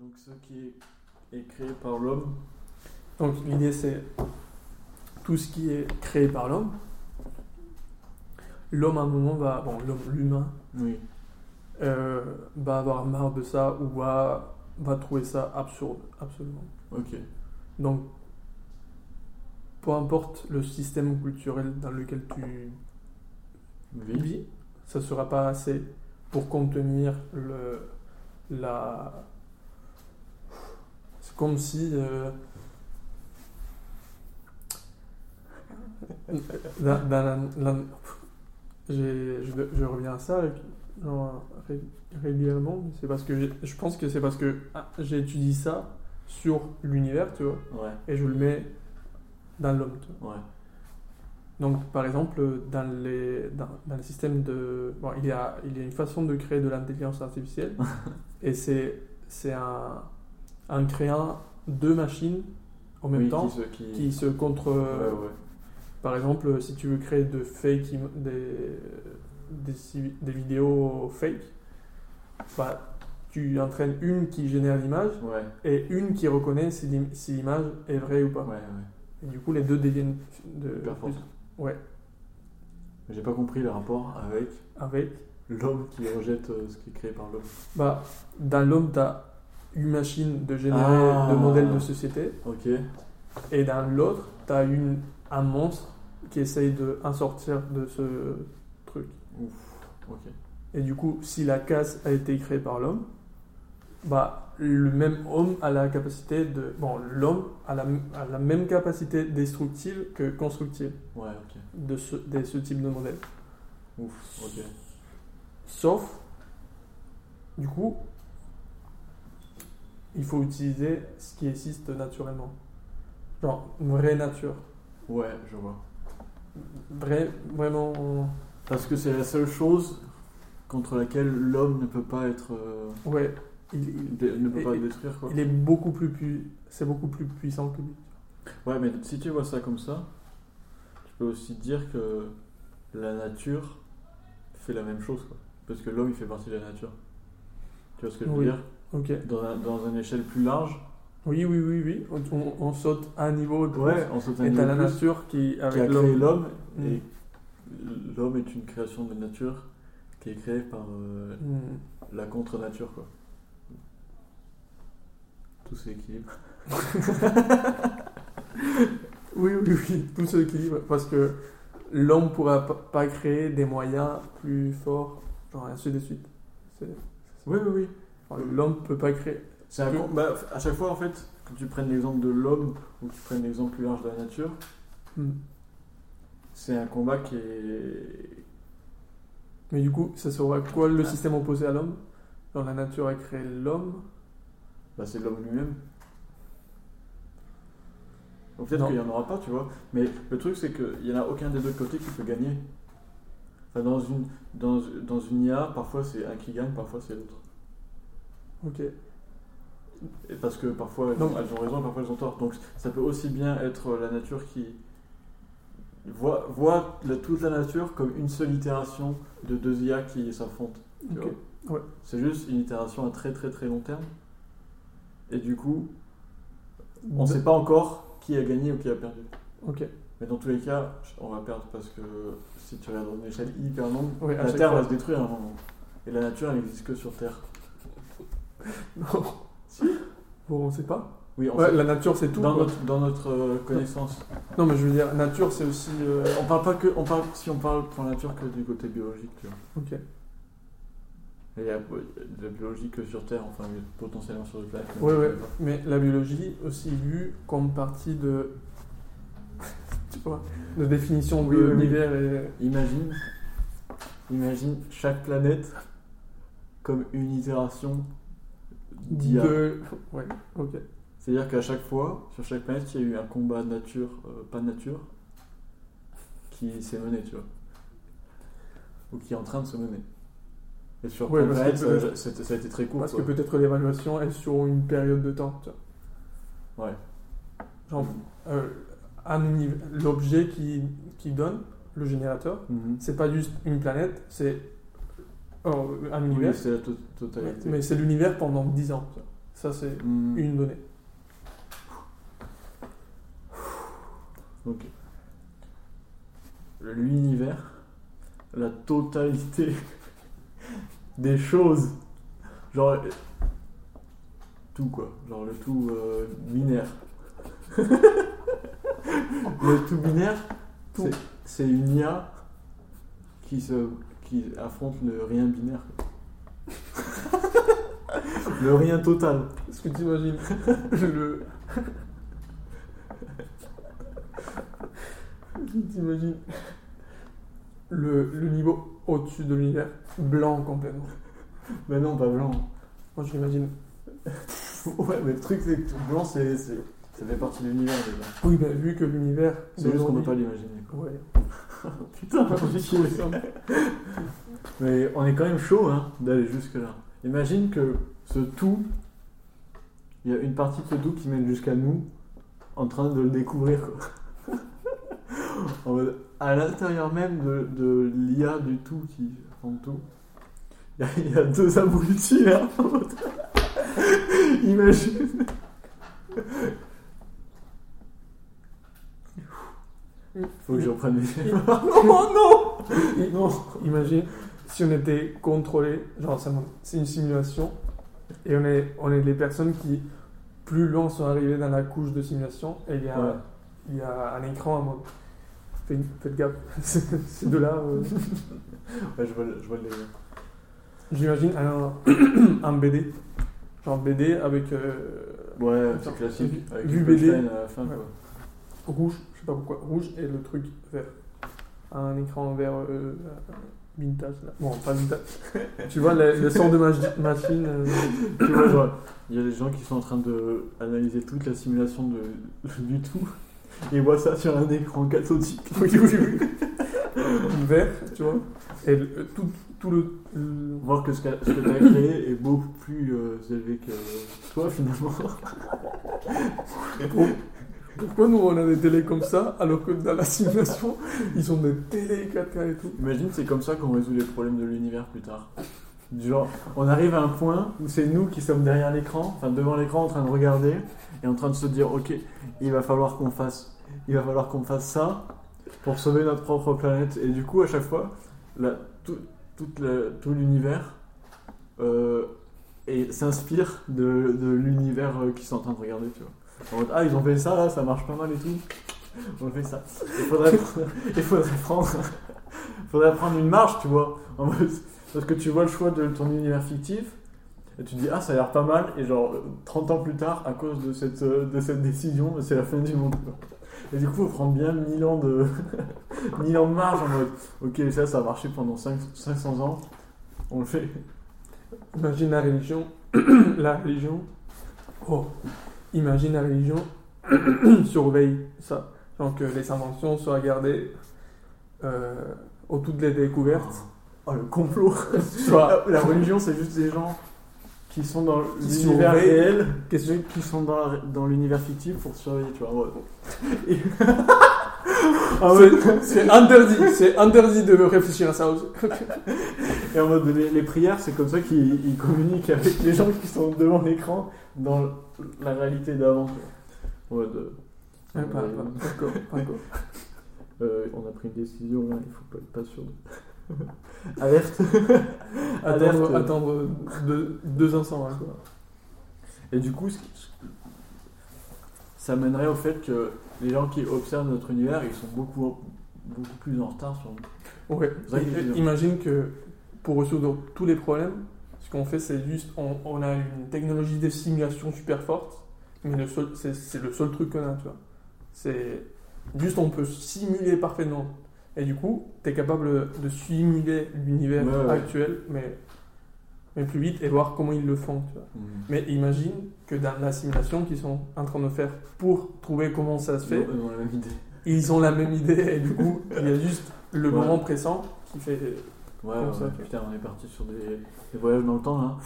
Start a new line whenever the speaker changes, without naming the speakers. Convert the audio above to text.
Donc ce qui est créé par l'homme.
Donc l'idée c'est tout ce qui est créé par l'homme. L'homme à un moment va, bon l'homme l'humain
Oui.
euh, va avoir marre de ça ou va, va trouver ça absurde, absolument.
Ok.
Donc peu importe le système culturel dans lequel tu
Oui.
vis, ça sera pas assez pour contenir le la. C'est comme si euh, dans- dans la- la- j'ai- je, je reviens à ça genre, ré- régulièrement. mais C'est parce que j'ai- je pense que c'est parce que ah, j'ai étudié ça sur l'univers, tu vois,
Ouais.
et je le mets dans l'homme. tu vois.
Ouais.
Donc, par exemple, dans, les, dans, dans le système de. Bon, il y, a, il y a une façon de créer de l'intelligence artificielle, et c'est c'est un, en créant deux machines en même
Oui,
temps
Qui se, qui...
qui se contre. euh,
Ouais, ouais.
Par exemple, si tu veux créer de fake im- des, des, si- des vidéos fake, bah, tu entraînes une qui génère l'image
Ouais.
et une qui reconnaît si l'im- si l'image est vraie ou pas.
Ouais, ouais.
Et du coup, les deux deviennent de,
Hyper forte.
Ouais.
Mais J'ai pas compris le rapport avec
avec.
l'homme qui rejette euh, ce qui est créé par l'homme.
Bah, dans l'homme, tu as une machine de générer
Ah.
le modèle de société,
Ok.
et dans l'autre, tu as une, un monstre qui essaye de en sortir de ce truc.
Ok.
Et du coup, si la casse a été créée par l'homme, bah, le même homme a la capacité de. Bon, l'homme a la, a la même capacité destructive que constructive
Ouais, ok.
de ce, de ce type de modèle.
Ouf. Ok.
Sauf, du coup, il faut utiliser ce qui existe naturellement. Genre, vraie nature.
Ouais, je vois.
Vrai, vraiment.
Parce que c'est la seule chose contre laquelle l'homme ne peut pas être. euh,
Ouais, il, il-
dé- ne peut
Et-
pas
et-
détruire quoi.
il est beaucoup plus, pui- c'est beaucoup plus puissant que lui.
Ouais, mais si tu vois ça comme ça, tu peux aussi dire que la nature fait la même chose quoi. Parce que l'homme il fait partie de la nature. Tu vois ce que je veux
Oui.
dire
Ok.
dans, un- dans une échelle plus large,
Oui, oui, oui, oui. On, on- on saute à un niveau de
ouais, on saute un
et
niveau
t'as la
plus,
nature qui,
qui a
avec
créé
l'homme.
l'homme.
Mm.
Et l'homme est une création de nature qui est créée par euh,
Hmm.
la contre-nature quoi. Tout s'équilibre.
Oui, oui, oui, tout ce qui. Parce que l'homme ne pourra p- pas créer des moyens plus forts, genre ainsi de suite. C'est-
Oui, oui, oui.
enfin, L'homme ne peut pas créer.
C'est un
Que-
con- bah, à chaque fois, en fait, que tu prennes l'exemple de l'homme ou que tu prennes l'exemple plus large de la nature,
Hmm.
c'est un combat qui est.
Mais du coup, ça sera quoi le système opposé à l'homme Dans la nature a créé l'homme.
Bah, c'est l'homme lui-même. Ou Peut-être
Non.
qu'il n'y en aura pas, tu vois. Mais le truc, c'est qu'il n'y en a aucun des deux côtés qui peut gagner. Enfin, dans, une, dans, dans une IA, parfois c'est un qui gagne, parfois c'est l'autre.
Ok.
Et Parce que parfois elles,
Donc-
ont, elles ont raison, parfois elles ont tort. Donc ça peut aussi bien être la nature qui voit, voit la- toute la nature comme une seule itération de deux IA qui s'affrontent. tu
Ok.
vois.
Ouais.
C'est juste une itération à très très très long terme. Et du coup, on ne
D-
sait pas encore qui a gagné ou qui a perdu.
Ok.
Mais dans tous les cas, on va perdre parce que si tu regardes dans une échelle hyper longue,
Ouais, à
la
chaque
Terre
fois.
va se détruire à un moment. Et la nature, elle n'existe que sur Terre.
Non. Bon, on sait pas.
Oui, on
Ouais,
sait-
la nature, c'est tout.
dans,
quoi.
notre, dans notre euh, connaissance.
Non, mais je veux dire, nature, c'est aussi. euh,
On parle pas que, on parle, si on parle pour la nature que du côté biologique, tu vois.
Ok.
Il y a euh, de la biologie que sur Terre, enfin mais potentiellement sur d'autres planètes.
Ouais, ouais. Mais la biologie aussi vue comme partie de. tu vois, de définition
Oui,
de
oui, oui.
l'univers et.
Imagine, imagine chaque planète comme une itération d'IA.
De... Ouais, ok.
C'est-à-dire qu'à chaque fois, sur chaque planète, il y a eu un combat nature, euh, pas nature, qui s'est mené, tu vois. Ou qui est en train de se mener. Et sur
Ouais,
plein de
parce que
planètes, ça, ça- ça a été très court.
Parce
quoi.
que peut-être l'évaluation est sur une période de temps. tu vois.
Ouais.
Genre, euh, un univ- l'objet qui, qui donne, le générateur,
Mhm.
c'est pas juste une planète, c'est euh, un
Oui,
univers,
c'est la to-
mais-
totalité.
mais c'est l'univers pendant 10 ans. tu vois. Ça, c'est
Hmm.
une donnée.
Ok. L'univers, la totalité des choses. Genre. euh, Tout quoi. Genre le tout euh, binaire. le tout binaire,
Tout.
c'est- c'est une IA qui, se, qui affronte le rien binaire. quoi. le rien total.
Est-ce que tu imagines le. Est-ce que T'imagines le, le niveau au-dessus de l'univers, blanc complètement.
Mais non, pas blanc.
Moi j'imagine.
Ouais, mais le truc, c'est que blanc, c'est, c'est- ça fait partie de l'univers déjà.
Oui, bah, vu que l'univers.
C'est juste qu'on ne peut pas
d'aujourd'hui-
l'imaginer.
Ouais.
Putain, Mais on est quand même chaud hein, d'aller jusque-là. Imagine que ce tout, il y a une partie de ce tout qui mène jusqu'à nous en train de le découvrir. Quoi. En mode, à l'intérieur même de, de l'IA du tout qui prend tout, il y a- il y, a deux abrutis là. en mode. Imagine. Faut que je reprenne mes
Oh, non, non
Non.
Imagine si on était contrôlé, genre ça monte- c'est une simulation, et on est, on est les personnes qui, plus loin, sont arrivées dans la couche de simulation, et il y a,
Ouais.
il y a un écran en mode. Faites, faites gaffe, c'est de là. euh.
Ouais, je vois, le- je vois les.
J'imagine un, un BD, genre BD avec euh,
Ouais, c'est
Attends,
classique. Avec
vu
une
BD.
punchline à la fin,
Ouais.
quoi.
rouge, je sais pas pourquoi, rouge et le truc vert. Un écran vert euh, vintage. Là. Bon, pas vintage. tu vois, le, le son de mach- machine. euh,
Tu vois, genre, il y a des gens qui sont en train de analyser toute la simulation de, du tout. Et ils voient ça sur un écran cathodique.
Oui, oui, oui. vert, tu vois. Et le- euh, tout, tout le, le-
Voir que ce que, ce que t'as créé est beaucoup plus euh, élevé que toi, finalement.
pour- Pourquoi nous on a des télés comme ça alors que dans la simulation ils ont des télés 4K et tout
Imagine, c'est comme ça qu'on résout les problèmes de l'univers plus tard. Du Genre, on arrive à un point où c'est nous qui sommes derrière l'écran, enfin devant l'écran en train de regarder et en train de se dire ok, il va falloir qu'on fasse, il va falloir qu'on fasse ça pour sauver notre propre planète. Et du coup, à chaque fois, la- tout, toute la- tout l'univers euh, et s'inspire de, de l'univers euh, qu'ils sont en train de regarder. Tu vois. En mode, ah, ils ont fait ça là, ça marche pas mal et tout. On fait ça. Il faudrait, il faudrait prendre faudrait prendre une marche, tu vois. En mode- Parce que tu vois le choix de ton univers fictif, et tu te dis, ah, ça a l'air pas mal, et genre, euh, 30 ans plus tard, à cause de cette, euh, de cette décision, c'est la fin du monde. quoi. Et du coup, on prend bien 1000 ans de, 1000 ans de marge, en mode, ok, ça, ça a marché pendant 5 500 ans, on le fait.
Imagine la religion. la religion. Oh Imagine la religion surveille ça. Donc euh, les inventions soient gardées. Euh, aux toutes les découvertes.
Oh, le complot
Soit-
La religion, c'est juste des gens qui sont dans
Qui
l'univers
surveillent.
réel,
Qu'est-ce que-
qui sont dans, la- dans l'univers fictif pour surveiller, tu vois. en mode. Et- Ah ouais.
C'est- C'est interdit, c'est interdit de réfléchir à ça.
Et en mode les, les prières, c'est comme ça qu'ils ils communiquent avec les gens qui sont devant l'écran dans la réalité d'avant. tu vois. En mode, euh,
Ouais, pas- pas- pas encore, pas encore.
euh, on a pris une décision là, il faut pas être pas sûr. de- Alerte.
Attendre,
Alerte.
attendre deux, deux instants. hein, quoi.
Et du coup, ce qui- ce- ça mènerait au fait que les gens qui observent notre univers, ils sont beaucoup en- beaucoup plus en retard sur
Ouais.
Ça, il est
Et-
bien.
Imagine que pour résoudre tous les problèmes, ce qu'on fait, c'est juste on, on a une technologie de simulation super forte, mais le seul- c'est c'est le seul truc qu'on a, tu vois. C'est juste on peut simuler parfaitement. Et du coup, tu es capable de simuler l'univers
Ouais, ouais.
actuel, mais, mais plus vite et voir comment ils le font, tu vois. Mais imagine que dans la simulation qu'ils sont en train de faire pour trouver comment ça se
Ils
fait,
ont- ils ont la même idée.
ils ont la même idée et du coup, il y a juste le
Ouais.
moment pressant qui fait.
Ouais,
Comme
ouais,
ça,
ouais.
tu vois.
putain, on est parti sur des, des voyages dans le temps là.